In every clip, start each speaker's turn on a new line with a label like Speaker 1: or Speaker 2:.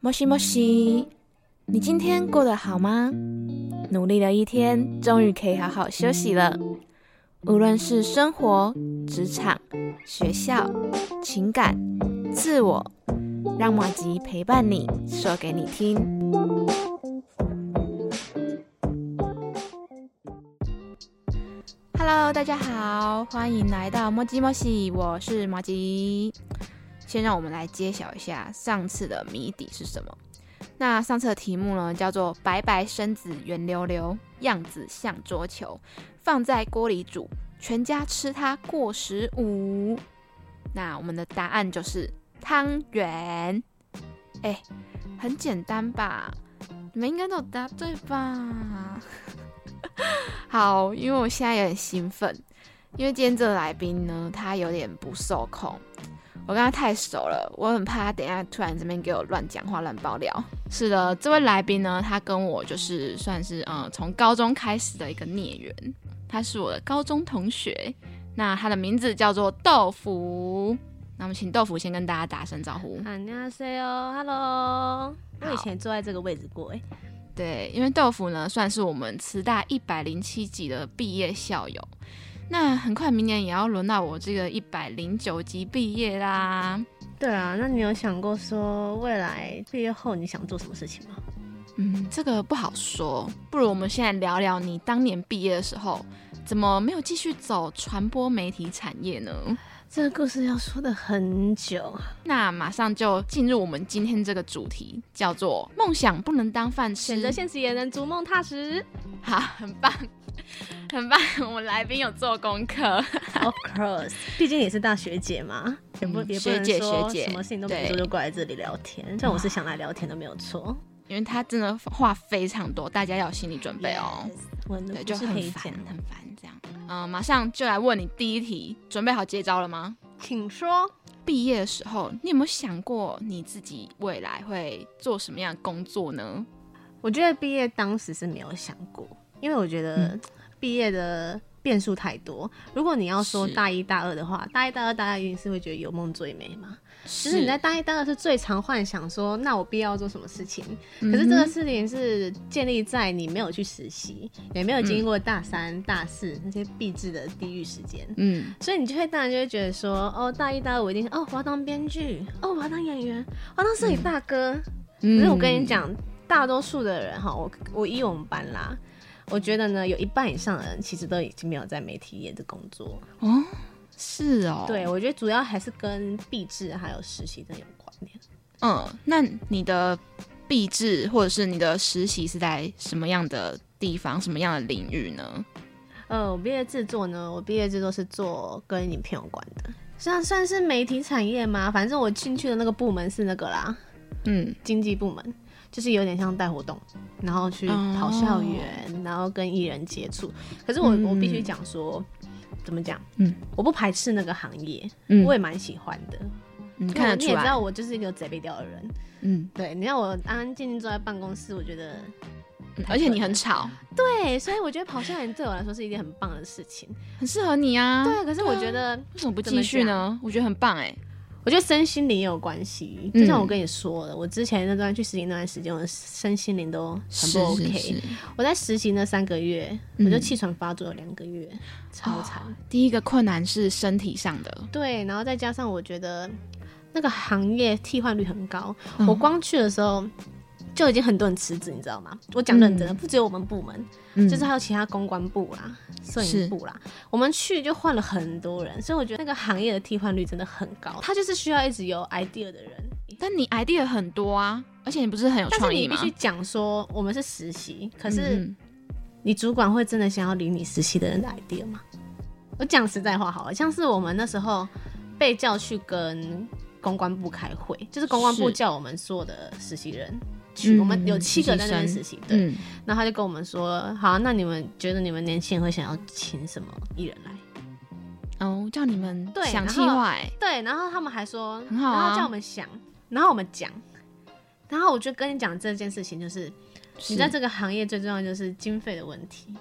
Speaker 1: 莫西莫西，你今天过得好吗？努力了一天，终于可以好好休息了。无论是生活、职场、学校、情感、自我，让马吉陪伴你，说给你听。Hello，大家好，欢迎来到莫吉莫西，我是马吉。先让我们来揭晓一下上次的谜底是什么。那上次的题目呢，叫做“白白身子圆溜溜，样子像桌球，放在锅里煮，全家吃它过十五”。那我们的答案就是汤圆。哎、很简单吧？你们应该都有答对吧？ 好，因为我现在有点兴奋，因为今天这个来宾呢，他有点不受控。我跟他太熟了，我很怕他等一下突然这边给我乱讲话、乱爆料。是的，这位来宾呢，他跟我就是算是嗯，从高中开始的一个孽缘，他是我的高中同学。那他的名字叫做豆腐。那我们请豆腐先跟大家打声招呼。
Speaker 2: 안녕하세요，Hello。我
Speaker 1: 好
Speaker 2: 以前坐在这个位置过，哎，
Speaker 1: 对，因为豆腐呢算是我们慈大一百零七级的毕业校友，那很快明年也要轮到我这个一百零九级毕业啦。
Speaker 2: 对啊，那你有想过说未来毕业后你想做什么事情吗？
Speaker 1: 嗯，这个不好说，不如我们现在聊聊你当年毕业的时候，怎么没有继续走传播媒体产业呢？
Speaker 2: 这个故事要说的很久，啊
Speaker 1: 那马上就进入我们今天这个主题，叫做梦想不能当饭吃。
Speaker 2: 实也能逐梦踏实。
Speaker 1: 好，很棒，很棒，我们来宾有做功课。
Speaker 2: of course，毕竟也是大学姐嘛，也不
Speaker 1: 嗯
Speaker 2: 也不能
Speaker 1: 学姐
Speaker 2: 说
Speaker 1: 学姐
Speaker 2: 什么事情都不
Speaker 1: 对
Speaker 2: 做就过来这里聊天。虽然我是想来聊天的，没有错。
Speaker 1: 因为他真的话非常多，大家要有心理准备哦。
Speaker 2: Yes，我的
Speaker 1: 对，
Speaker 2: 故
Speaker 1: 就
Speaker 2: 事
Speaker 1: 很
Speaker 2: 可以
Speaker 1: 烦，
Speaker 2: 讲，
Speaker 1: 很烦这样。嗯，马上就来问你第一题，准备好接招了吗？
Speaker 2: 请说。
Speaker 1: 毕业的时候，你有没有想过你自己未来会做什么样的工作呢？
Speaker 2: 我觉得毕业当时是没有想过，因为我觉得
Speaker 1: 嗯
Speaker 2: 毕业的变数太多。如果你要说
Speaker 1: 是
Speaker 2: 大一大二的话，大一大二大家一定是会觉得有梦最美嘛。就是你在大一大二是最常幻想说，那我毕业要做什么事情？
Speaker 1: 嗯哼，
Speaker 2: 可是这个事情是建立在你没有去实习，也没有
Speaker 1: 嗯
Speaker 2: 经过大三、大四那些必制的地狱时间。
Speaker 1: 嗯，
Speaker 2: 所以你就会当然就会觉得说，哦，大一、大二我一定是哦，我要当编剧，哦，我要当演员，我要当摄影大哥，
Speaker 1: 嗯
Speaker 2: 可是我跟你，讲，大多数的人哈，我我以我们班啦，我觉得呢，有一半以上的人其实都已经没有在媒体业的工作。
Speaker 1: 哦，是哦，
Speaker 2: 对，，我觉得主要还是跟毕制还有实习真的有关联。
Speaker 1: 嗯，那你的毕制或者是你的实习是在什么样的地方、什么样的领域呢？
Speaker 2: 呃，我毕业制作呢，我毕业制作是做跟影片有关的，算算是媒体产业嘛。反正我进去的那个部门是那个啦，
Speaker 1: 嗯，
Speaker 2: 经济部门。就是有点像带活动，然后去
Speaker 1: 哦
Speaker 2: 跑校园然后跟艺人接触。可是我、我必须
Speaker 1: 嗯
Speaker 2: 讲说，怎么讲？
Speaker 1: 嗯，
Speaker 2: 我不排斥那个行业，
Speaker 1: 嗯
Speaker 2: 我也蛮喜欢的。
Speaker 1: 你
Speaker 2: 你
Speaker 1: 看得
Speaker 2: 你
Speaker 1: 出
Speaker 2: 也知
Speaker 1: 来，
Speaker 2: 道我就是一个有贼被调的人。
Speaker 1: 嗯，
Speaker 2: 对，你让我安安静静坐在办公室，我觉得
Speaker 1: 嗯而且你很吵，
Speaker 2: 对，所以我觉得跑校园对我来说是一件很棒的事情。
Speaker 1: 很适合你啊。
Speaker 2: 对，可是我觉得，
Speaker 1: 为什么不
Speaker 2: 怎么
Speaker 1: 继续
Speaker 2: 啊
Speaker 1: 呢？我觉得很棒哎。
Speaker 2: 我觉得身心灵也有关系。
Speaker 1: 嗯
Speaker 2: 就像我跟你说的，我之前那段去实习那段时间，我的身心灵都很不 OK。
Speaker 1: 是是是
Speaker 2: 我在实习那三个月，
Speaker 1: 嗯哦
Speaker 2: 我就气喘发作有两个月，超惨。
Speaker 1: 第一个困难是身体上的，
Speaker 2: 对，然后再加上我觉得那个行业替换率很高，
Speaker 1: 嗯
Speaker 2: 我光去的时候就已经很多人辞职，你知道吗？我讲认真的，不只有我们部门，
Speaker 1: 嗯
Speaker 2: 就是还有其他公关部啦、摄
Speaker 1: 是
Speaker 2: 影部啦，我们去就换了很多人，所以我觉得那个行业的替换率真的很高，它就是需要一直有 idea 的人。
Speaker 1: 但你 idea 很多啊，而且你不是很有
Speaker 2: 但是
Speaker 1: 创
Speaker 2: 你
Speaker 1: 意
Speaker 2: 必
Speaker 1: 吗？
Speaker 2: 须讲说，我们是实习，可是
Speaker 1: 嗯
Speaker 2: 你主管会真的想要理你实习的人的 idea 吗？我讲实在话好了，像是我们那时候被叫去跟公关部开会，就是公关部
Speaker 1: 是
Speaker 2: 叫我们所有的实习人去，
Speaker 1: 嗯
Speaker 2: 我们有七个在那边
Speaker 1: 实
Speaker 2: 实
Speaker 1: 习
Speaker 2: 习，对，
Speaker 1: 嗯，
Speaker 2: 然后他就跟我们说，好，那你们觉得你们年轻人会想要请什么艺人来？
Speaker 1: 哦，叫你们
Speaker 2: 对
Speaker 1: 想
Speaker 2: 然后
Speaker 1: 计划哎，
Speaker 2: 对，然后他们还说，
Speaker 1: 很好啊
Speaker 2: 然后叫我们想，然后我们讲，然后我就跟你讲这件事情，就是
Speaker 1: 是
Speaker 2: 你在这个行业最重要的就是经费的问题。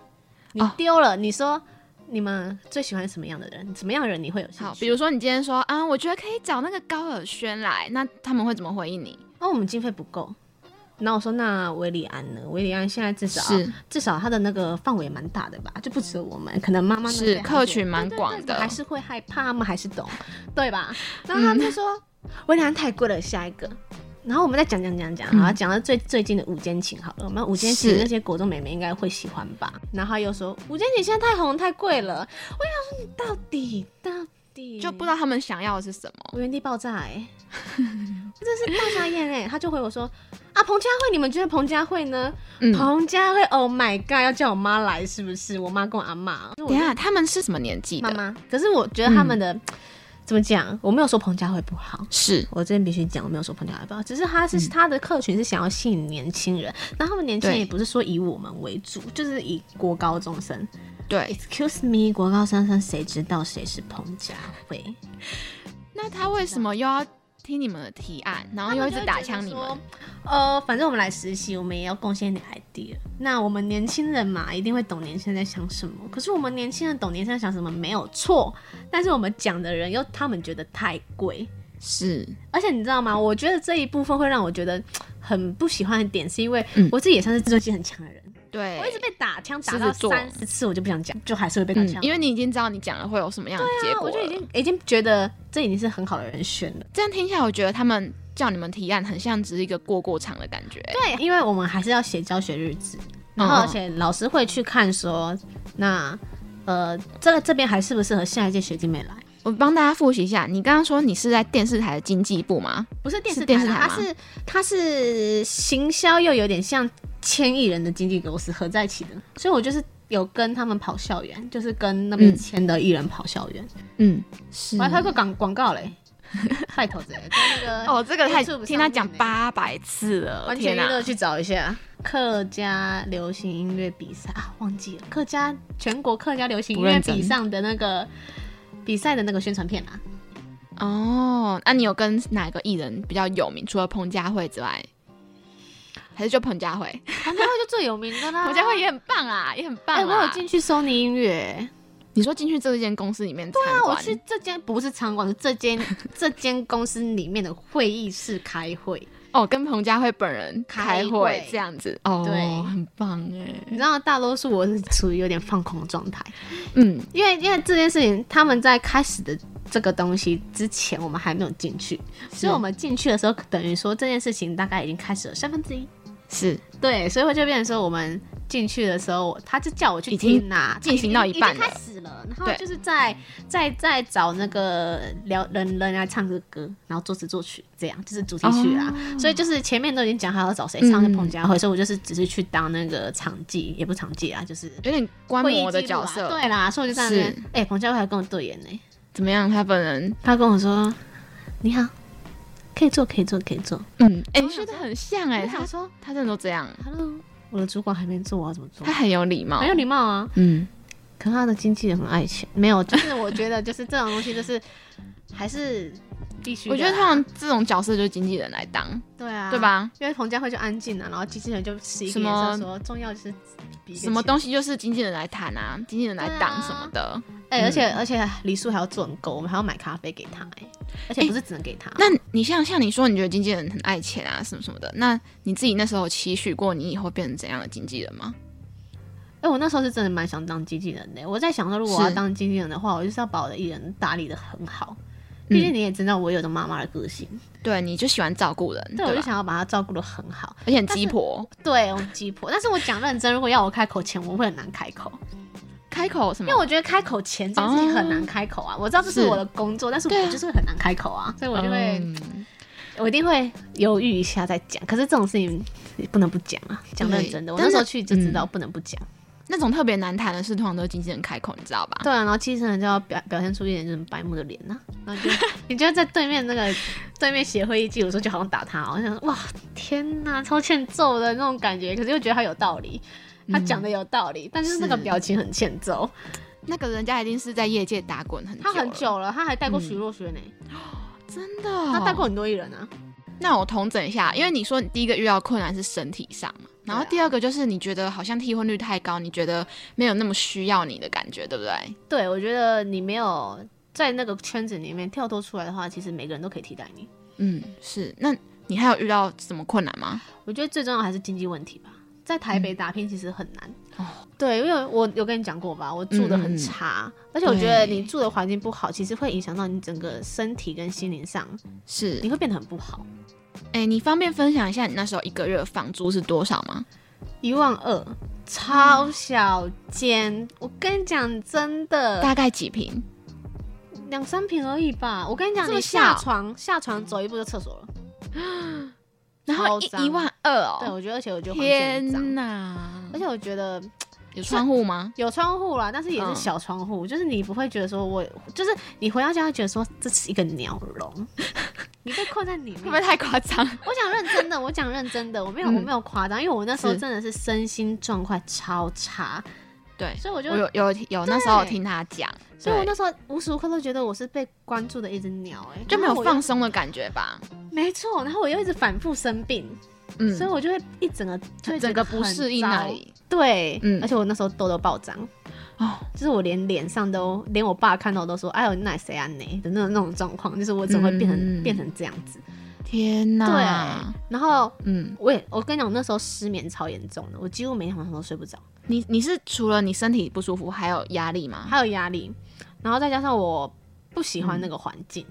Speaker 2: 你
Speaker 1: 哦
Speaker 2: 丢了，你说你们最喜欢什么样的人？什么样的人你会有兴
Speaker 1: 好，
Speaker 2: 趣？
Speaker 1: 比如说你今天说啊，我觉得可以找那个高尔宣来，那他们会怎么回应你？
Speaker 2: 哦，我们经费不够。然后我说那维里安呢？维里安现在至少
Speaker 1: 是
Speaker 2: 至少他的那个范围也蛮大的吧，就不止我们，可能妈妈那
Speaker 1: 是
Speaker 2: 边还
Speaker 1: 客群蛮广的
Speaker 2: 对对对还是会害怕吗？还是懂，对吧？然
Speaker 1: 嗯
Speaker 2: 后他就说维里安太贵了，下一个。然后我们再讲讲讲讲，
Speaker 1: 嗯
Speaker 2: 然后讲到最最近的午间情好了，我们午间情
Speaker 1: 是
Speaker 2: 那些国中妹妹应该会喜欢吧？然后他又说午间情现在太红太贵了，我想说你到底到底
Speaker 1: 就不知道他们想要的是什么。
Speaker 2: 我原地爆炸哎、 真是大傻眼哎、他就回我说啊，彭佳慧，你们觉得彭佳慧呢？
Speaker 1: 嗯，
Speaker 2: 彭佳慧，Oh my god，要叫我妈来是不是？我妈跟我阿妈，
Speaker 1: 等一下他们是什么年纪的？
Speaker 2: 嗯妈妈。可是我觉得他们的、怎么讲，我没有说彭佳慧不好。
Speaker 1: 是
Speaker 2: 我这边必须讲，我没有说彭佳慧不好，只是他是、他的客群是想要吸引年轻人，那他们年轻人
Speaker 1: 对
Speaker 2: 也不是说以我们为主，就是以国高中生，
Speaker 1: 对。
Speaker 2: Excuse me，国高中生谁知道谁是彭佳慧？
Speaker 1: 那他为什么又要听你们的提案，然后又一直打枪你
Speaker 2: 他
Speaker 1: 们
Speaker 2: 们？就会觉得说。呃，反正我们来实习，我们也要贡献一点 idea。那我们年轻人嘛，一定会懂年轻人在想什么。可是我们年轻人懂年轻人想什么没有错，但是我们讲的人又他们觉得太贵。
Speaker 1: 是
Speaker 2: 而且你知道吗？我觉得这一部分会让我觉得很不喜欢的点，是因为
Speaker 1: 嗯
Speaker 2: 我自己也算是自尊心很强的人，
Speaker 1: 对
Speaker 2: 我一直被打枪打
Speaker 1: 狮子
Speaker 2: 到
Speaker 1: 座
Speaker 2: 三十次，我就不想讲，就还是会被打
Speaker 1: 嗯
Speaker 2: 枪。，
Speaker 1: 因为你已经知道你讲了会有什么样的结
Speaker 2: 啊
Speaker 1: 果
Speaker 2: 我就已
Speaker 1: 了。
Speaker 2: 经已经觉得这已经是很好的人选了。
Speaker 1: 这样听起来，我觉得他们叫你们提案，很像只是一个过过场的感觉。
Speaker 2: 对，因为我们还是要写教学日志，然后
Speaker 1: 嗯
Speaker 2: 而且老师会去看说，那呃，这个这边还适不适合下一届学弟妹来？
Speaker 1: 我帮大家复习一下，你刚刚说你是在电视台的经济部吗？
Speaker 2: 不是电视
Speaker 1: 是
Speaker 2: 台
Speaker 1: 电
Speaker 2: 啦，
Speaker 1: 视台
Speaker 2: 它
Speaker 1: 吗
Speaker 2: 是它是行销又有点像千亿人的经纪公司合在一起的，所以我就是有跟他们跑校园，就是跟那边
Speaker 1: 嗯
Speaker 2: 签的艺人跑校园，
Speaker 1: 嗯，是
Speaker 2: 我还拍过广广 告嘞，拜托着在那个
Speaker 1: 哦，这个太
Speaker 2: YouTube
Speaker 1: 听他讲
Speaker 2: 上面呢
Speaker 1: 八百次了，
Speaker 2: 完全娱
Speaker 1: 天啊
Speaker 2: 乐
Speaker 1: 哪！
Speaker 2: 去找一下客家流行音乐比赛啊，忘记了客家全国客家流行音
Speaker 1: 不
Speaker 2: 乐
Speaker 1: 认真
Speaker 2: 比上的那个比赛的那个宣传片啊，
Speaker 1: 哦，那你有跟哪个艺人比较有名？除了彭佳慧之外，还是就彭佳 慧？
Speaker 2: 彭佳慧就啊最有名的啦。
Speaker 1: 彭佳慧也很棒啊，也很棒
Speaker 2: 哎、
Speaker 1: 啊。
Speaker 2: 我有进去 Sony 音乐，
Speaker 1: 你说进去这间公司里面参
Speaker 2: 那我
Speaker 1: 观，
Speaker 2: 去这间不是场馆，是这间 这间公司里面的会议室开会。
Speaker 1: 哦，跟彭佳慧本人
Speaker 2: 开
Speaker 1: 开
Speaker 2: 会
Speaker 1: 会这样子，哦，
Speaker 2: 对
Speaker 1: 很棒哎，
Speaker 2: 你知道，大多数我是处于有点放空的状态，
Speaker 1: 嗯，
Speaker 2: 因为因为这件事情，他们在开始的这个东西之前，我们还没有进去，所以我们进去的时候，等于说这件事情大概已经开始了三分之一。
Speaker 1: 是
Speaker 2: 对，所以我就变成说，我们进去的时候，他就叫我去
Speaker 1: 已经
Speaker 2: 听啊呐、
Speaker 1: 进行到一半
Speaker 2: 已
Speaker 1: 了
Speaker 2: 经开始了。然后
Speaker 1: 对
Speaker 2: 就是在在在找那个聊人人来唱个歌，然后作词作曲，这样就是主题曲啦。所以就是前面都已经讲好要找谁唱，
Speaker 1: 嗯
Speaker 2: 就彭佳慧，所以我就是只是去当那个场记，也不是场记啊，就是
Speaker 1: 有点观
Speaker 2: 会议
Speaker 1: 摩的
Speaker 2: 记录
Speaker 1: 角
Speaker 2: 啊
Speaker 1: 色，
Speaker 2: 对啦，所以我就在那边
Speaker 1: 是，
Speaker 2: 哎、彭佳慧还跟我对眼呢、
Speaker 1: 怎么样？他本人，
Speaker 2: 他跟我说：“你好，可以坐，可以坐，可以坐。
Speaker 1: 嗯，哎，你说的很像”哎，
Speaker 2: 哦我
Speaker 1: 他
Speaker 2: 想说
Speaker 1: 他真的都这样，
Speaker 2: ：“Hello，我的主管还没坐，啊我要怎么坐
Speaker 1: 他？”很有礼貌
Speaker 2: 很，有礼貌啊，
Speaker 1: 嗯，
Speaker 2: 可是他的经纪人很爱钱，没有， 就是我觉得就是这种东西就是还是必须的
Speaker 1: 我觉
Speaker 2: 啊。
Speaker 1: 得通常这种角色就是经纪人来当，
Speaker 2: 对啊，
Speaker 1: 对？吧？
Speaker 2: 因为彭佳慧就安静了、啊然后经纪人就使一个
Speaker 1: 什
Speaker 2: 眼
Speaker 1: 么
Speaker 2: 色说，重要就是比一个
Speaker 1: 什么
Speaker 2: 钱
Speaker 1: 东西就是经纪人来谈啊，经纪人来当什么的。
Speaker 2: 哎、而且而且礼数还要做很够，我们还要买咖啡给他、哎，而且不是只能给他，
Speaker 1: 那你像像你说，你觉得经纪人很爱钱啊，什么什么的，那你自己那时候有期许过你以后变成怎样的经纪人吗？
Speaker 2: 哎、我那时候是真的蛮想当经纪人的。我在想说，如果我
Speaker 1: 是
Speaker 2: 要当经纪人的话，我就是要把我的艺人打理的很好。
Speaker 1: 嗯
Speaker 2: 毕竟你也知道我有的妈妈的个性，
Speaker 1: 对，你就喜欢照顾人，
Speaker 2: 对，我
Speaker 1: 对
Speaker 2: 就
Speaker 1: 吧？
Speaker 2: 想要把她照顾的很好。
Speaker 1: 而且很鸡婆，
Speaker 2: 对，我鸡婆。但是我讲认真，如果要我开口前，我会很难开口，
Speaker 1: 开口什
Speaker 2: 因
Speaker 1: 么
Speaker 2: 为？我觉得开口前这件事情很难开口啊。我知道这是
Speaker 1: 哦是
Speaker 2: 我的工作，但是
Speaker 1: 对
Speaker 2: 我
Speaker 1: 啊
Speaker 2: 就是很难开口啊，所以我就会、
Speaker 1: 嗯
Speaker 2: 我一定会犹豫一下再讲。可是这种事情不能不讲啊，讲认真
Speaker 1: 对
Speaker 2: 的。我那时候
Speaker 1: 但是嗯
Speaker 2: 去就知道不能不讲。
Speaker 1: 那种特别难谈的事，通常都是经纪人开口，你知道吧？
Speaker 2: 对啊，然后机器人就要表表现出一点就是白目的脸呐、然后就你就在对面那个对面协会议记，有时候就好像打他、哦，我想说哇天呐，超欠揍的那种感觉，可是又觉得他有道理，他讲的有道理，但是那个
Speaker 1: 嗯是
Speaker 2: 表情很欠揍。
Speaker 1: 那个人家一定是在业界打滚很久，
Speaker 2: 他很，久了，他还
Speaker 1: 嗯
Speaker 2: 带过徐若瑄呢、
Speaker 1: 真的。
Speaker 2: 他带过。很多艺人啊。
Speaker 1: 那我统整一下，因为你说你第一个遇到困难是身体上嘛，然后
Speaker 2: 对啊
Speaker 1: 第二个就是你觉得好像替婚率太高，你觉得没有那么需要你的感觉，对不对？
Speaker 2: 对，我觉得你没有在那个圈子里面跳脱出来的话，其实每个人都可以替代你。
Speaker 1: 嗯，是。那你还有遇到什么困难吗？
Speaker 2: 我觉得最重要还是经济问题吧，在台北打拼其实很难。
Speaker 1: 嗯哦嗯
Speaker 2: 对，因为我有跟你讲过吧，我住的很差，而且我觉得你住的环境不好，其实会影响到你整个身体跟心灵上，
Speaker 1: 是
Speaker 2: 你，会变得很不好。
Speaker 1: 哎、你方便分享一下你那时候一个月的房租是多少吗？
Speaker 2: 一万二，超小间，我跟你讲，真的
Speaker 1: 大概几平？
Speaker 2: 两三平而已吧。我跟你讲，
Speaker 1: 这么
Speaker 2: 你下
Speaker 1: 小
Speaker 2: 床下床走一步就厕所了。
Speaker 1: 然后
Speaker 2: 超
Speaker 1: 一
Speaker 2: 脏
Speaker 1: 一万二
Speaker 2: 对，
Speaker 1: 哦，
Speaker 2: 我觉得，而且我觉得环境很脏呃
Speaker 1: 天，哪！
Speaker 2: 而且我觉得
Speaker 1: 有窗户吗？
Speaker 2: 有窗户啦，但是也是
Speaker 1: 嗯
Speaker 2: 小窗户，就是你不会觉得说我，就是你回到家会觉得说这是一个鸟笼，你被困在里
Speaker 1: 会不会
Speaker 2: 面。
Speaker 1: 太夸张？
Speaker 2: 我讲认真的，我讲认真的，我没有、我
Speaker 1: 嗯
Speaker 2: 没有夸张，因为我那时候
Speaker 1: 是
Speaker 2: 真的是身心状况超差，
Speaker 1: 对，
Speaker 2: 所以我就
Speaker 1: 我有有有那时候有听他讲，
Speaker 2: 所以我
Speaker 1: 对
Speaker 2: 那时候无时无刻都觉得我是被关注的一只鸟、哎，
Speaker 1: 就没
Speaker 2: 然
Speaker 1: 有
Speaker 2: 后我又
Speaker 1: 放，松的感觉吧？
Speaker 2: 没错，然后我又一直反复生病，
Speaker 1: 嗯
Speaker 2: 所以，我就会一整个就会
Speaker 1: 整个
Speaker 2: 觉得
Speaker 1: 不
Speaker 2: 很
Speaker 1: 适应
Speaker 2: 糟
Speaker 1: 那，里
Speaker 2: 对，
Speaker 1: 嗯
Speaker 2: 而且我那时候痘痘暴涨，
Speaker 1: 哦，
Speaker 2: 就是我连脸上都，连我爸看到都说，哎呦，那谁啊你的那种那种状况，就是我怎么会变成、
Speaker 1: 嗯
Speaker 2: 变成这样子？
Speaker 1: 天
Speaker 2: 对
Speaker 1: 哪！，
Speaker 2: 然后
Speaker 1: 嗯，
Speaker 2: 我也我跟你讲，我那时候失眠超严重的，我几乎每天晚上都睡不着，
Speaker 1: 你你是除了你身体不舒服，还有压力吗？
Speaker 2: 还有压力，然后再加上我不喜欢那个环境，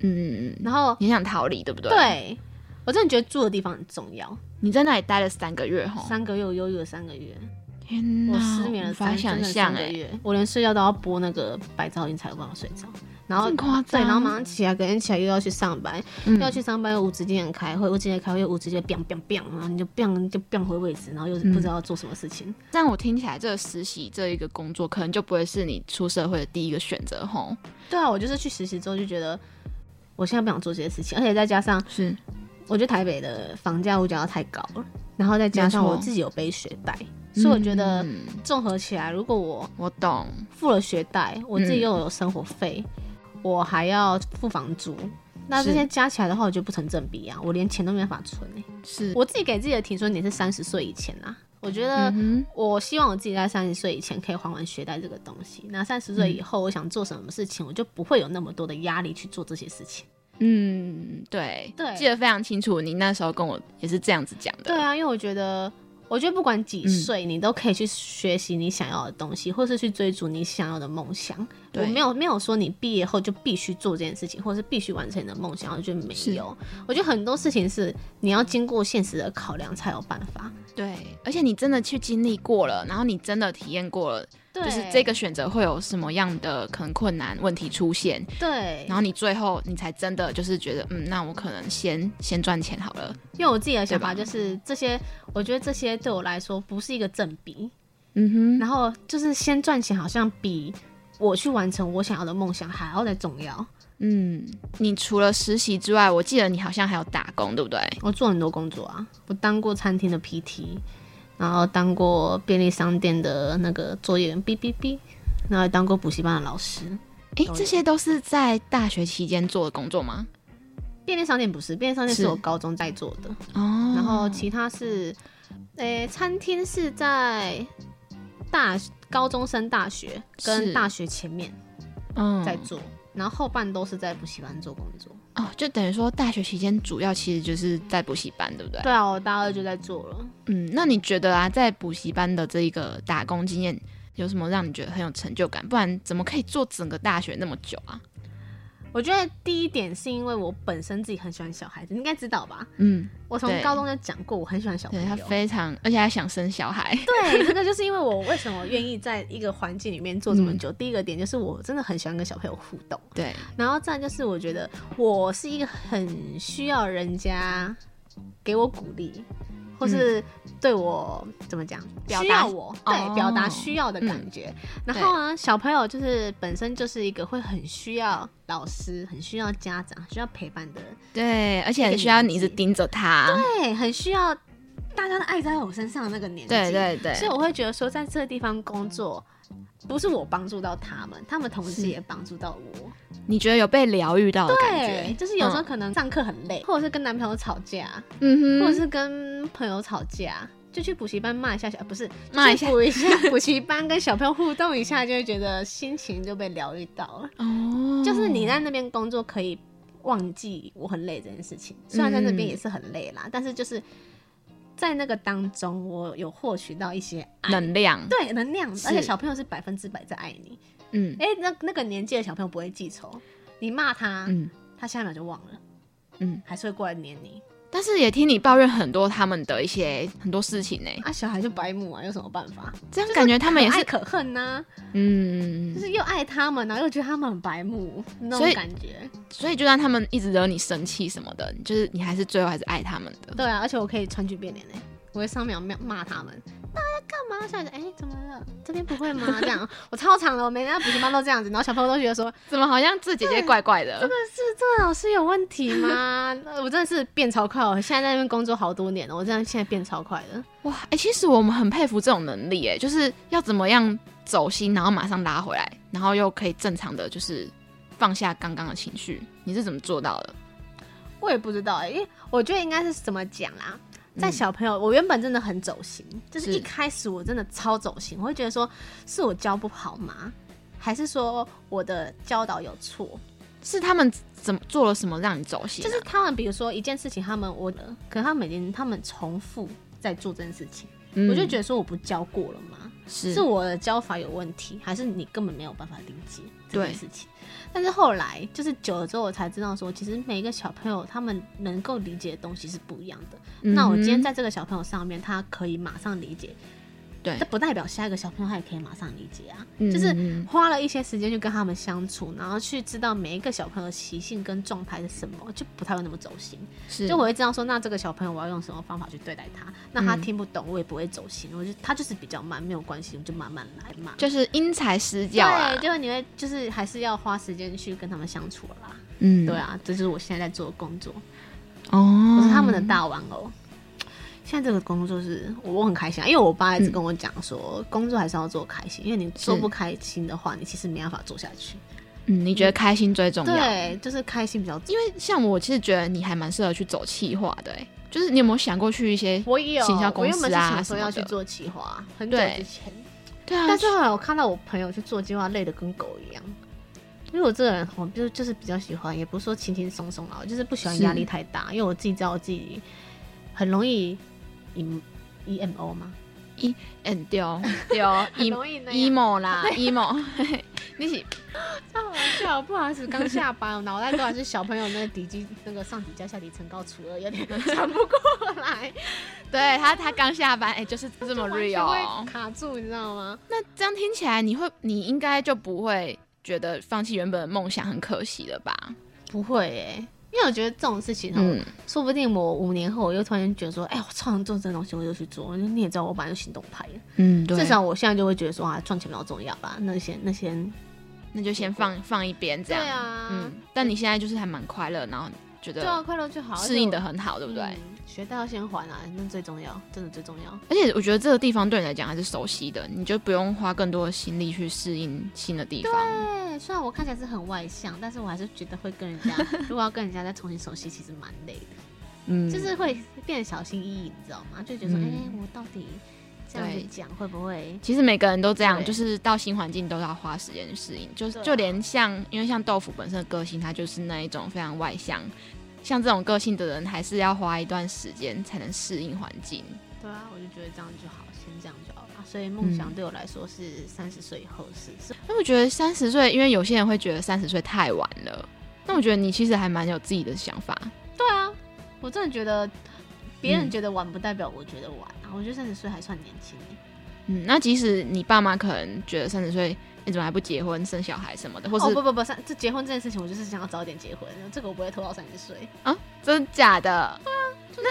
Speaker 1: 嗯嗯嗯，
Speaker 2: 然后
Speaker 1: 你想逃离对不对？，哦
Speaker 2: 对我真的觉得住的地方很重要。
Speaker 1: 你在那里待了三个月吼，
Speaker 2: 三个月我忧郁了三个月，
Speaker 1: 天哪，
Speaker 2: 我失眠了
Speaker 1: 无法
Speaker 2: 三
Speaker 1: 想
Speaker 2: 真的
Speaker 1: 象
Speaker 2: 三个
Speaker 1: 哎，
Speaker 2: 月，我连睡觉都要播那个白噪音才有办法睡着，然后
Speaker 1: 这么夸张，
Speaker 2: 对，然后马上起来，隔天起来又要去上班，
Speaker 1: 嗯
Speaker 2: 要去上班，又无止境地开会，无止境地开会，又无止境地 biang biang biang，然后你就 biang 就 biang 回位置，然后又是不知道要做什么事情。
Speaker 1: 这样我听起来，这个实习这一个工作，可能就不会是你出社会的第一个选择吼。
Speaker 2: 对啊，我就是去实习之后就觉得，我现在不想做这些事情，而且再加上
Speaker 1: 是，
Speaker 2: 我觉得台北的房价物价太高了，然后再加上
Speaker 1: 没错
Speaker 2: 我自己有背学贷，所以我觉得
Speaker 1: 嗯
Speaker 2: 综合起来，如果我
Speaker 1: 我懂，
Speaker 2: 付了学贷，我自己又有生活费，我还要付房租。那这
Speaker 1: 是
Speaker 2: 些加起来的话，我觉得不成正比啊！我连钱都没办法存、欸、
Speaker 1: 是，
Speaker 2: 我自己给自己的停损点是三十岁以前啊。我觉得
Speaker 1: 嗯哼，
Speaker 2: 我希望我自己在三十岁以前可以还完学贷这个东西。那三十
Speaker 1: 嗯
Speaker 2: 岁以后，我想做什么事情，我就不会有那么多的压力去做这些事情。
Speaker 1: 嗯，对，
Speaker 2: 对
Speaker 1: 记得非常清楚，你那时候跟我也是这样子讲的，
Speaker 2: 对，啊，因为我觉得，我觉得不管
Speaker 1: 嗯
Speaker 2: 几岁，你都可以去学习你想要的东西，或是去追逐你想要的梦想。我
Speaker 1: 对
Speaker 2: 没有没有说你毕业后就必须做这件事情，或是必须完成你的梦想，我觉得没
Speaker 1: 是
Speaker 2: 有。我觉得很多事情是你要经过现实的考量才有办法。
Speaker 1: 对，而且你真的去经历过了，然后你真的体验过了，
Speaker 2: 对
Speaker 1: 就是这个选择会有什么样的可能困难问题出现，
Speaker 2: 对
Speaker 1: 然，后你最后你才真的就是觉得，嗯，那我可能先先赚钱好了，
Speaker 2: 因为我自己的想法
Speaker 1: 对吧
Speaker 2: 就是这些，我觉得这些对我来说不是一个正比，
Speaker 1: 嗯哼，
Speaker 2: 然后就是先赚钱好像比我去完成我想要的梦想还要再重要。
Speaker 1: 嗯，你除了实习之外，我记得你好像还有打工，对不对？
Speaker 2: 我做很多工作啊，我当过餐厅的 PT，然后当过便利商店的那个作业员 B B B，然后还当过补习班的老师。
Speaker 1: 诶
Speaker 2: 都，有
Speaker 1: 这些都是在大学期间做的工作吗？
Speaker 2: 便利商店不是，便利商店是
Speaker 1: 是
Speaker 2: 我高中在做的，
Speaker 1: 哦，
Speaker 2: 然后其他是，诶、餐厅是在大高中升大学跟
Speaker 1: 是
Speaker 2: 大学前面。
Speaker 1: 嗯
Speaker 2: 在做，然后后半都是在补习班做工作。
Speaker 1: 哦，就等于说大学期间主要其实就是在补习班，对不对？
Speaker 2: 对啊，我大二就在做了。
Speaker 1: 嗯，那你觉得啊，在补习班的这一个打工经验有什么让你觉得很有成就感？不然怎么可以做整个大学那么久啊？
Speaker 2: 我觉得第一点是因为我本身自己很喜欢小孩子，你应该知道吧？
Speaker 1: 嗯，
Speaker 2: 我从
Speaker 1: 对
Speaker 2: 高中就讲过，我很喜欢小朋
Speaker 1: 对他
Speaker 2: 友。
Speaker 1: 非常，而且还想生小孩，
Speaker 2: 对，这个就是因为我为什么愿意在一个环境里面做这
Speaker 1: 嗯
Speaker 2: 么久。第一个点就是我真的很喜欢跟小朋友互动，
Speaker 1: 对，
Speaker 2: 然后再来就是我觉得我是一个很需要人家给我鼓励，或是对我、怎么讲，
Speaker 1: 表达
Speaker 2: 需要我哦对、
Speaker 1: 哦
Speaker 2: 表达需要的感觉。然后呢，小朋友就是本身就是一个会很需要老师、很需要家长、很需要陪伴的人，
Speaker 1: 对，而且很需要你一直盯着他，
Speaker 2: 对，很需要大家的爱在我身上的那个年纪。
Speaker 1: 对对对，
Speaker 2: 所以我会觉得说，在这个地方工作，不是我帮助到他们，他们同时
Speaker 1: 是
Speaker 2: 也帮助到我。
Speaker 1: 你觉得有被疗愈到的感
Speaker 2: 对，
Speaker 1: 觉，
Speaker 2: 就是有时候
Speaker 1: 嗯，
Speaker 2: 可能上课很累，或者是跟男朋友吵架，
Speaker 1: 嗯
Speaker 2: 或
Speaker 1: 哼，
Speaker 2: 者是跟朋友吵架，就去补习班骂一下小，呃不是
Speaker 1: 骂一下
Speaker 2: 就去补一下补习班，跟小朋友互动 一下，就会觉得心情就被疗愈到了。
Speaker 1: 哦，
Speaker 2: 就是你在那边工作可以。忘记我很累这件事情。虽然在那边也是很累
Speaker 1: 嗯
Speaker 2: 啦，但是就是在那个当中，我有获取到一些爱，
Speaker 1: 能量，
Speaker 2: 对能量，
Speaker 1: 是
Speaker 2: 而且小朋友是百分之百在爱你。
Speaker 1: 嗯
Speaker 2: 哎、那那个年纪的小朋友不会记仇，你骂他，
Speaker 1: 嗯
Speaker 2: 他下一秒就忘了，
Speaker 1: 嗯。
Speaker 2: 还是会过来黏你。
Speaker 1: 但是也听你抱怨很多他们的一些很多事情呢、欸
Speaker 2: 啊，小孩就白目啊，有什么办法？
Speaker 1: 这样感觉他们也
Speaker 2: 可爱
Speaker 1: 是，
Speaker 2: 可恨呐、
Speaker 1: 嗯
Speaker 2: 就，是又爱他们，然后又觉得他们很白目那
Speaker 1: 所
Speaker 2: 种
Speaker 1: 以
Speaker 2: 感觉。
Speaker 1: 所以就算他们一直惹你生气什么的，就是你还是最后还是爱他们的。
Speaker 2: 对啊，而且我可以川剧变脸嘞，欸我会上秒骂骂他们，大家干嘛？小孩子，哎、怎么了？这边不会吗？这样， 我超常了，我每天在补习班都这样子，然后小朋友都觉得说，
Speaker 1: 怎么好像这姐姐怪怪的？
Speaker 2: 是这个老师有问题吗？ 呃我真的是变超快，哦我现在在那边工作好多年了，我真的现在变超快的。
Speaker 1: 哇，哎、其实我们很佩服这种能力，哎，就是要怎么样走心，然后马上拉回来，然后又可以正常的就是放下刚刚的情绪，你是怎么做到的？
Speaker 2: 我也不知道、欸，因为我觉得应该是怎么讲啦。在
Speaker 1: 嗯
Speaker 2: 小朋友，我原本真的很走心，就是
Speaker 1: 是
Speaker 2: 一开始我真的超走心，我会觉得说是我教不好吗？还是说我的教导有错？
Speaker 1: 是他们怎么做了什么让你走心、啊？
Speaker 2: 就是他们比如说一件事情，他们我可能他们每天他们重复在做这件事情，
Speaker 1: 嗯
Speaker 2: 我就觉得说我不教过了吗？
Speaker 1: 是
Speaker 2: 是我的教法有问题，还是你根本没有办法理解这
Speaker 1: 对
Speaker 2: 件事情？但是后来就是久了之后，我才知道说，其实每一个小朋友他们能够理解的东西是不一样的。
Speaker 1: 嗯
Speaker 2: 那我今天在这个小朋友上面，他可以马上理解，
Speaker 1: 对
Speaker 2: 这不代表下一个小朋友他也可以马上理解啊。
Speaker 1: 嗯
Speaker 2: 就是
Speaker 1: 嗯嗯
Speaker 2: 花了一些时间去跟他们相处，然后去知道每一个小朋友的习性跟状态是什么，就不太会那么走心。
Speaker 1: 是
Speaker 2: 就我会知道说，那这个小朋友我要用什么方法去对待他，那他
Speaker 1: 嗯
Speaker 2: 听不懂，我也不会走心，我就他就是比较慢，没有关系，我就慢慢来嘛。
Speaker 1: 就是因材施教啊，
Speaker 2: 对，就是你会就是还是要花时间去跟他们相处了啦。
Speaker 1: 嗯
Speaker 2: 对，啊，这就是我现在在做的工作，
Speaker 1: 哦，
Speaker 2: 我是他们的大玩偶。现在这个工作是我我很开心、啊，因为我爸一直跟我讲说，工作还是要做开心，因为你做
Speaker 1: 嗯是
Speaker 2: 不开心的话，你其实没办法做下去。
Speaker 1: 嗯，你觉得开心最重要？
Speaker 2: 对，就是开心比较重要。
Speaker 1: 因为像我其实觉得你还蛮适合去走企划的、欸，就是你有没有想过去一些？
Speaker 2: 我有，
Speaker 1: 行销公
Speaker 2: 我原本
Speaker 1: 司
Speaker 2: 是
Speaker 1: 啊
Speaker 2: 想说
Speaker 1: 什么
Speaker 2: 要去
Speaker 1: 的
Speaker 2: 做企划，很久
Speaker 1: 对
Speaker 2: 之前。
Speaker 1: 对啊，
Speaker 2: 但是后来我看到我朋友去做计划，累得跟狗一样。因为我这个人，我就就是比较喜欢，也不是说轻轻松松啦，我就是不喜欢
Speaker 1: 是
Speaker 2: 压力太大。因为我自己知道我自己很容易 E E M O 嘛，
Speaker 1: 嗯 丢丢
Speaker 2: 很容易那样
Speaker 1: emo 啦 emo，你 是
Speaker 2: 太好笑了，不好意思，刚下班，我脑袋都还是小朋友那个底基那个上底加下底层高除二，有 点转不过 来，
Speaker 1: 对他他刚下班哎、欸就是这么
Speaker 2: 完全
Speaker 1: real
Speaker 2: 会
Speaker 1: 哦。
Speaker 2: 卡住，你知道吗？
Speaker 1: 那这样听起来，你会你应该就不会觉得放弃原本的梦想很可惜了吧？
Speaker 2: 不会诶、因为我觉得这种事情，嗯，
Speaker 1: 嗯，
Speaker 2: 说不定我五年后，我又突然觉得说，哎、我超想做这东西，我就去做。你也知道，我本来就行动派的，
Speaker 1: 嗯，对，
Speaker 2: 至少我现在就会觉得说，啊，赚钱比较重要吧。那些那些，
Speaker 1: 那就先放放一边这
Speaker 2: 对
Speaker 1: 样。
Speaker 2: 啊，
Speaker 1: 嗯，但你现在就是还蛮快乐，然后觉
Speaker 2: 对啊，
Speaker 1: 得
Speaker 2: 快乐就好，
Speaker 1: 适应的很好，对
Speaker 2: 而
Speaker 1: 不
Speaker 2: 且我，
Speaker 1: 对？
Speaker 2: 嗯学到要先还啊，那最重要，真的最重要。
Speaker 1: 而且我觉得这个地方对你来讲还是熟悉的，你就不用花更多的心力去适应新的地方。
Speaker 2: 对，啊虽然我看起来是很外向，但是我还是觉得会跟人 家，如果要跟人家再重新熟悉，其实蛮累的，
Speaker 1: 嗯，
Speaker 2: 就是会变得小心翼翼，你知道吗？就觉得说，哎、
Speaker 1: 嗯
Speaker 2: 我到底这样子
Speaker 1: 对
Speaker 2: 讲会不会？
Speaker 1: 其实每个人都这样，
Speaker 2: 对
Speaker 1: 就是到新环境都要花时间去适应。就是
Speaker 2: 对啊
Speaker 1: 就连像，因为像豆腐本身的个性，他就是那一种非常外向，像这种个性的人，还是要花一段时间才能适应环境。
Speaker 2: 对啊，我就觉得这样就好，先这样就好了。所以梦想
Speaker 1: 嗯
Speaker 2: 对我来说是三十岁以后的事，是
Speaker 1: 那我觉得三十岁，因为有些人会觉得三十岁太晚了，那我觉得你其实还蛮有自己的想法。
Speaker 2: 对啊，我真的觉得别人
Speaker 1: 嗯
Speaker 2: 觉得晚不代表我觉得晚啊，我觉得三十岁还算年轻欸。
Speaker 1: 嗯，那即使你爸妈可能觉得三十岁你怎么还不结婚生小孩什么的，或
Speaker 2: 哦
Speaker 1: 是
Speaker 2: 不不不，三这结婚这件事情，我就是想要早点结婚，这个我不会拖到三十岁。
Speaker 1: 真假的？对啊，那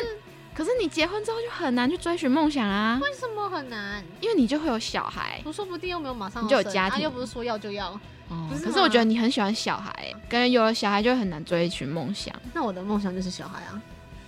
Speaker 1: 可是你结婚之后就很难去追寻梦想啊，
Speaker 2: 为什么很难？
Speaker 1: 因为你就会有小孩。
Speaker 2: 我说不定又没有马上
Speaker 1: 你就有
Speaker 2: 生
Speaker 1: 家
Speaker 2: 啊，
Speaker 1: 庭
Speaker 2: 又不是说要就要。
Speaker 1: 哦
Speaker 2: 不是
Speaker 1: 可
Speaker 2: 吗
Speaker 1: 是我觉得你很喜欢小孩欸，感觉有了小孩就很难追寻梦想。
Speaker 2: 那我的梦想就是小孩啊。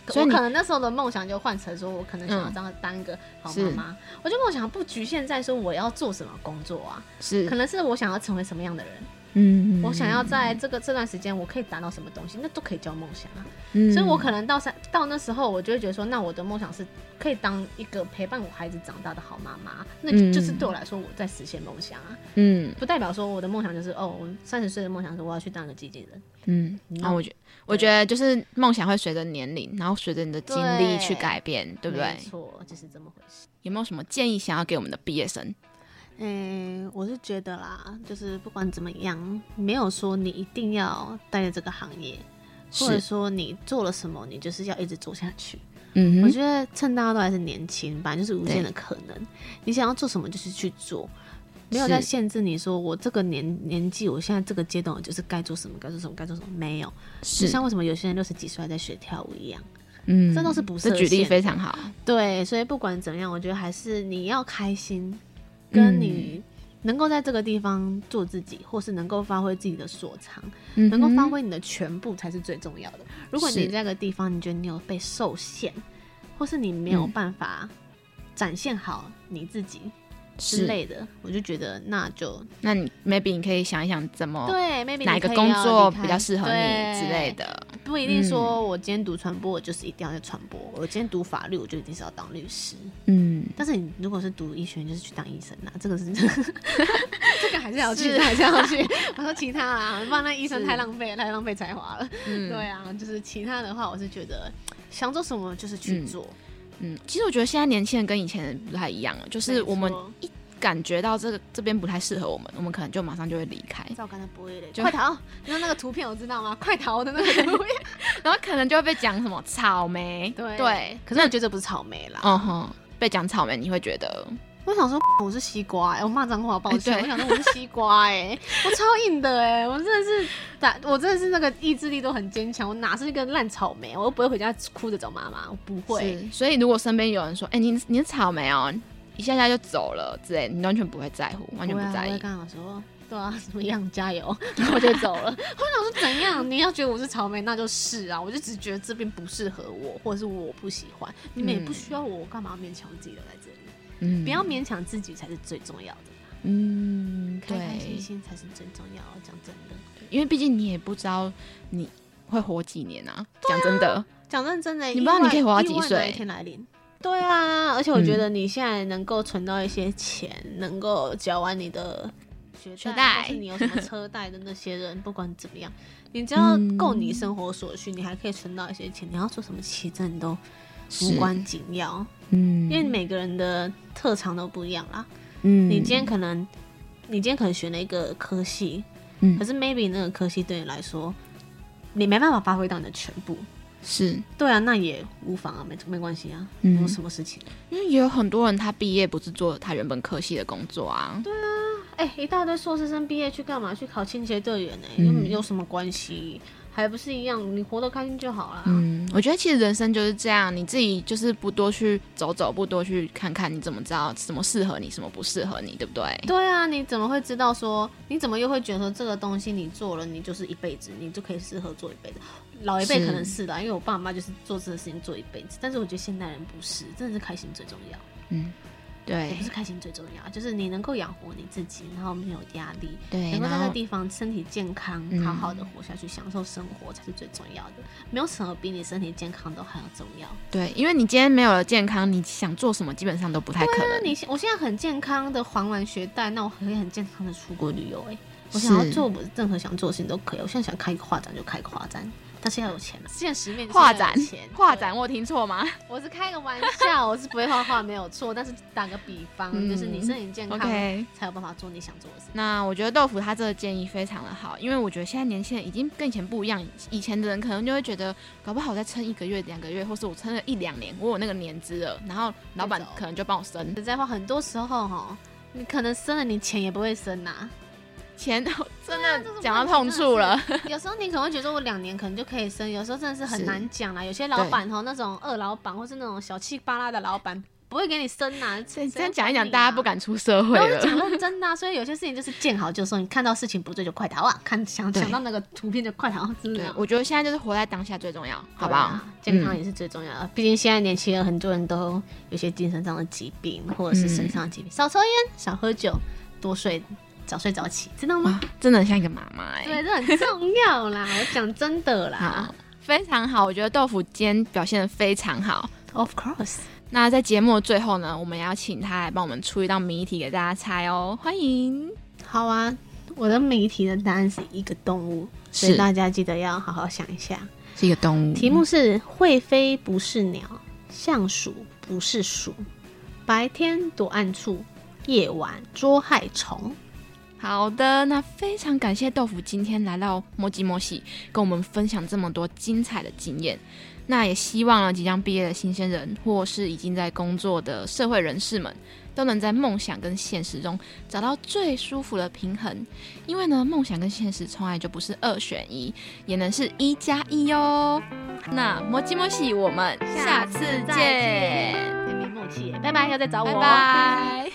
Speaker 1: 所以
Speaker 2: 我
Speaker 1: 你
Speaker 2: 可能那时候的梦想就换成说，我可能想要
Speaker 1: 嗯
Speaker 2: 当当一个好
Speaker 1: 是
Speaker 2: 妈妈。我就梦想不局限在说我要做什么工作啊，
Speaker 1: 是
Speaker 2: 可，能是我想要成为什么样的人，
Speaker 1: 嗯，
Speaker 2: 我想要在这个这段时间，我可以达到什么东西，那都可以叫梦想啊。
Speaker 1: 嗯，
Speaker 2: 所以我可能到三到那时候，我就会觉得说，那我的梦想是可以当一个陪伴我孩子长大的好妈妈，那就
Speaker 1: 嗯
Speaker 2: 就是对我来说我在实现梦想啊，
Speaker 1: 嗯
Speaker 2: 不代表说我的梦想就是哦，我三十岁的梦想是我要去当个经纪人，
Speaker 1: 嗯，然后我觉我觉得就是梦想会随着年龄，然后随着你的经历去
Speaker 2: 对
Speaker 1: 改变，对不对
Speaker 2: 没？错，就是这么回事。
Speaker 1: 有没有什么建议想要给我们的毕业生？
Speaker 2: 嗯，我是觉得啦，就是不管怎么样，没有说你一定要待在这个行业，或者
Speaker 1: 是，
Speaker 2: 说你做了什么，你就是要一直做下去。
Speaker 1: 嗯
Speaker 2: 我
Speaker 1: 哼，
Speaker 2: 觉得趁大家都还是年轻吧，就是无限的可能。你想要做什么，就是去做，没有
Speaker 1: 是，
Speaker 2: 在限制你说我这个年年纪，我现在这个阶段，我就是该做什么，该做什么，该做什么。没有，就是像为什么有些人六十几岁还在学跳舞一样。
Speaker 1: 嗯，
Speaker 2: 这都是不设
Speaker 1: 这举例
Speaker 2: 限
Speaker 1: 非常好，
Speaker 2: 对，所以不管怎么样，我觉得还是你要开心，
Speaker 1: 嗯
Speaker 2: 跟你能够在这个地方做自己，或是能够发挥自己的所长，
Speaker 1: 嗯
Speaker 2: 能够发
Speaker 1: 哼
Speaker 2: 挥你的全部才是最重要的。如果你
Speaker 1: 是
Speaker 2: 在个地方，你觉得你有被受限，或是你没有
Speaker 1: 嗯
Speaker 2: 办法展现好你自己之
Speaker 1: 是，
Speaker 2: 类的，我就觉得那就
Speaker 1: 那你 maybe 你可以想一想怎么
Speaker 2: 对，maybe
Speaker 1: 哦哪
Speaker 2: 你
Speaker 1: 一个
Speaker 2: 可以
Speaker 1: 工
Speaker 2: 要
Speaker 1: 作
Speaker 2: 离
Speaker 1: 比
Speaker 2: 开
Speaker 1: 较适合你之类，
Speaker 2: 对
Speaker 1: 的，
Speaker 2: 不一定
Speaker 1: 嗯
Speaker 2: 说我今天读传播，我就是一定要去传播；我今天读法律，我就一定是要当律师。
Speaker 1: 嗯，
Speaker 2: 但是你如果是读医学，你就是去当医生啦，这个是 这个还是要去，
Speaker 1: 是
Speaker 2: 这个还是要去。 我说其他啊，不然那医生
Speaker 1: 是
Speaker 2: 太浪费，太浪费才华了。
Speaker 1: 嗯
Speaker 2: 对啊，就是其他的话，我是觉得想做什么就是去
Speaker 1: 嗯
Speaker 2: 做，
Speaker 1: 嗯，其实我觉得现在年轻人跟以前人不太一样了，就是
Speaker 2: 没
Speaker 1: 我们
Speaker 2: 错
Speaker 1: 感觉到这个这边不太适合我们，我们可能就马上就会离开，
Speaker 2: 照刚才播一类，
Speaker 1: 就
Speaker 2: 快逃！你知道那个图片我知道吗？快逃的那 个图片。
Speaker 1: 然后可能就会被讲什么草莓，
Speaker 2: 对
Speaker 1: 对，
Speaker 2: 可是我觉得这不是草莓啦，
Speaker 1: 嗯哼，被讲草莓你会觉得
Speaker 2: 我想说我是西瓜、欸，我骂脏话，抱歉。
Speaker 1: 哎对
Speaker 2: 我想说我是西瓜、欸，我超硬的、欸，我真的是打，我真的是那个意志力都很坚强，我哪是一个烂草莓？我又不会回家哭着找妈妈，我不会。
Speaker 1: 是，所以如果身边有人说，哎、你你是草莓哦，一下下就走了之类，你完全不会在乎，完全不
Speaker 2: 会啊
Speaker 1: 在
Speaker 2: 我
Speaker 1: 意
Speaker 2: 会，跟他说。对啊， 怎么样？加油！然后我就走了。我想说怎样？你要觉得我是草莓，那就是啊。我就只觉得这边不适合我，或者是我不喜欢。你们也不
Speaker 1: 嗯
Speaker 2: 需要我，我干嘛要勉强自己留在这里？
Speaker 1: 嗯
Speaker 2: 不要，勉强自己才是最重要的，
Speaker 1: 嗯，
Speaker 2: 开
Speaker 1: 对，
Speaker 2: 开心心才是最重要的。讲真的，
Speaker 1: 因为毕竟你也不知道你会活几年啊，讲真的，
Speaker 2: 讲认真的，
Speaker 1: 你不知道
Speaker 2: 意外
Speaker 1: 你可以活到几
Speaker 2: 意外
Speaker 1: 岁
Speaker 2: 哪一天来临。对啊，而且我觉得你现在能够存到一些钱，能够缴完你的学
Speaker 1: 学
Speaker 2: 贷，
Speaker 1: 贷
Speaker 2: 或是你有什么车贷的那些人，不管怎么样，你只要
Speaker 1: 嗯
Speaker 2: 够你生活所需，你还可以存到一些钱。你要做什么，其实真的都无
Speaker 1: 是
Speaker 2: 关紧要，
Speaker 1: 嗯，
Speaker 2: 因为每个人的特长都不一样啦。
Speaker 1: 嗯，
Speaker 2: 你今天可能，你今天可能选了一个科系，
Speaker 1: 嗯
Speaker 2: 可是 maybe 那个科系对你来说，你没办法发挥到你的全部，
Speaker 1: 是。
Speaker 2: 对啊，那也无妨啊，没没关系啊，
Speaker 1: 嗯
Speaker 2: 没有什么事情。
Speaker 1: 因为也有很多人他毕业不是做他原本科系的工作啊，
Speaker 2: 哎、一大堆硕士生毕业去干嘛？去考清洁队员呢、
Speaker 1: 嗯
Speaker 2: 又有什么关系？还不是一样，你活得开心就好啦。
Speaker 1: 嗯，我觉得其实人生就是这样，你自己就是不多去走走，不多去看看，你怎么知道什么适合你，什么不适合你，对不对？
Speaker 2: 对啊，你怎么会知道说？你怎么又会觉得说这个东西你做了，你就是一辈子，你就可以适合做一辈子？老一辈
Speaker 1: 是
Speaker 2: 可能是啦，因为我爸妈就是做这个事情做一辈子，但是我觉得现代人不是，真的是开心最重要，
Speaker 1: 嗯，
Speaker 2: 也
Speaker 1: 对
Speaker 2: 不是开心最重要，就是你能够养活你自己，然后没有压力，
Speaker 1: 对，
Speaker 2: 能够在
Speaker 1: 然
Speaker 2: 这
Speaker 1: 后
Speaker 2: 个地方身体健康，
Speaker 1: 嗯
Speaker 2: 好好的活下去，享受生活才是最重要的。没有什么比你身体健康都还要重要。
Speaker 1: 对，因为你今天没有了健康，你想做什么基本上都不太可
Speaker 2: 那
Speaker 1: 能。
Speaker 2: 啊你现我现在很健康的还完学贷，那我可以很健康的出国旅游、欸。哎，我想要
Speaker 1: 是
Speaker 2: 做我任何想做的事情都可以。我现在想开一个画展就开一个画展，但是要有钱啊，现实面就是要
Speaker 1: 画
Speaker 2: 有
Speaker 1: 展
Speaker 2: 钱，
Speaker 1: 画
Speaker 2: 对
Speaker 1: 展，我有听错吗
Speaker 2: 我是开个玩笑，我是不会画画没有错，但是打个比方，
Speaker 1: 嗯
Speaker 2: 就是你身体健康
Speaker 1: ？OK，
Speaker 2: 才有办法做你想做的事情。
Speaker 1: 那我觉得豆腐他这个建议非常的好，因为我觉得现在年轻人已经跟以前不一样，以前的人可能就会觉得，搞不好我再撑一个月、两个月，或是我撑了一两年，我有那个年资了，然后老板
Speaker 2: 就走
Speaker 1: 可能就帮我升
Speaker 2: 实在话，很多时候哈，你可能生了，你钱也不会生啊呐、
Speaker 1: 钱，真
Speaker 2: 这种
Speaker 1: 的讲到
Speaker 2: 问
Speaker 1: 痛
Speaker 2: 题真的
Speaker 1: 处了。
Speaker 2: 有时候你可能会觉得我两年可能就可以生，有时候真的是很
Speaker 1: 是
Speaker 2: 难讲啦。有些老板吼，那种二老板或是那种小气巴拉的老板，不会给你生呐、
Speaker 1: 这
Speaker 2: 谁
Speaker 1: 你这样
Speaker 2: 会
Speaker 1: 讲一
Speaker 2: 管
Speaker 1: 讲，
Speaker 2: 你
Speaker 1: 大家
Speaker 2: 啊
Speaker 1: 不。敢出社会
Speaker 2: 没有我
Speaker 1: 了
Speaker 2: 是。讲认真的啊、所以有些事情就是见好就收，你看到事情不对就快逃啊！看想
Speaker 1: 对
Speaker 2: 想到那个图片就快逃，真的
Speaker 1: 对
Speaker 2: 啊。，
Speaker 1: 我觉得现在就是活在当下最重要，好不嗯
Speaker 2: 对
Speaker 1: 好
Speaker 2: 啊？？健康也是最重要的，毕竟现在年轻人很多人都有些精神上的疾病，或者是身上的疾病，少抽烟，少喝酒，多睡早睡早起，知道吗？
Speaker 1: 真的很像一个妈妈哎、
Speaker 2: 对，这很重要 啦，我讲真的啦
Speaker 1: 好，非常好，我觉得豆腐今天表现的非常好。
Speaker 2: ，Of course，
Speaker 1: 那在节目的最后呢，我们也要请他来帮我们出一道谜题给大家猜哦，欢迎。
Speaker 2: 好啊。我的每一题的答案是一个动物，所以
Speaker 1: 是
Speaker 2: 大家记得要好好想一下。
Speaker 1: 是一个动物，
Speaker 2: 题目是：会飞不是鸟，象鼠不是鼠，白天躲暗处，夜晚捉害虫。
Speaker 1: 好的，那非常感谢豆腐今天来到摩吉摩西，跟我们分享这么多精彩的经验。那也希望呢，即将毕业的新鲜人，或是已经在工作的社会人士们，都能在梦想跟现实中找到最舒服的平衡。因为呢，梦想跟现实从来就不是二选一，也能是一加一哦。那摩吉摩西，我们下次
Speaker 2: 下次再
Speaker 1: 见，
Speaker 2: 见没默契耶，拜拜，要再找我
Speaker 1: 拜
Speaker 2: 哦。
Speaker 1: 拜。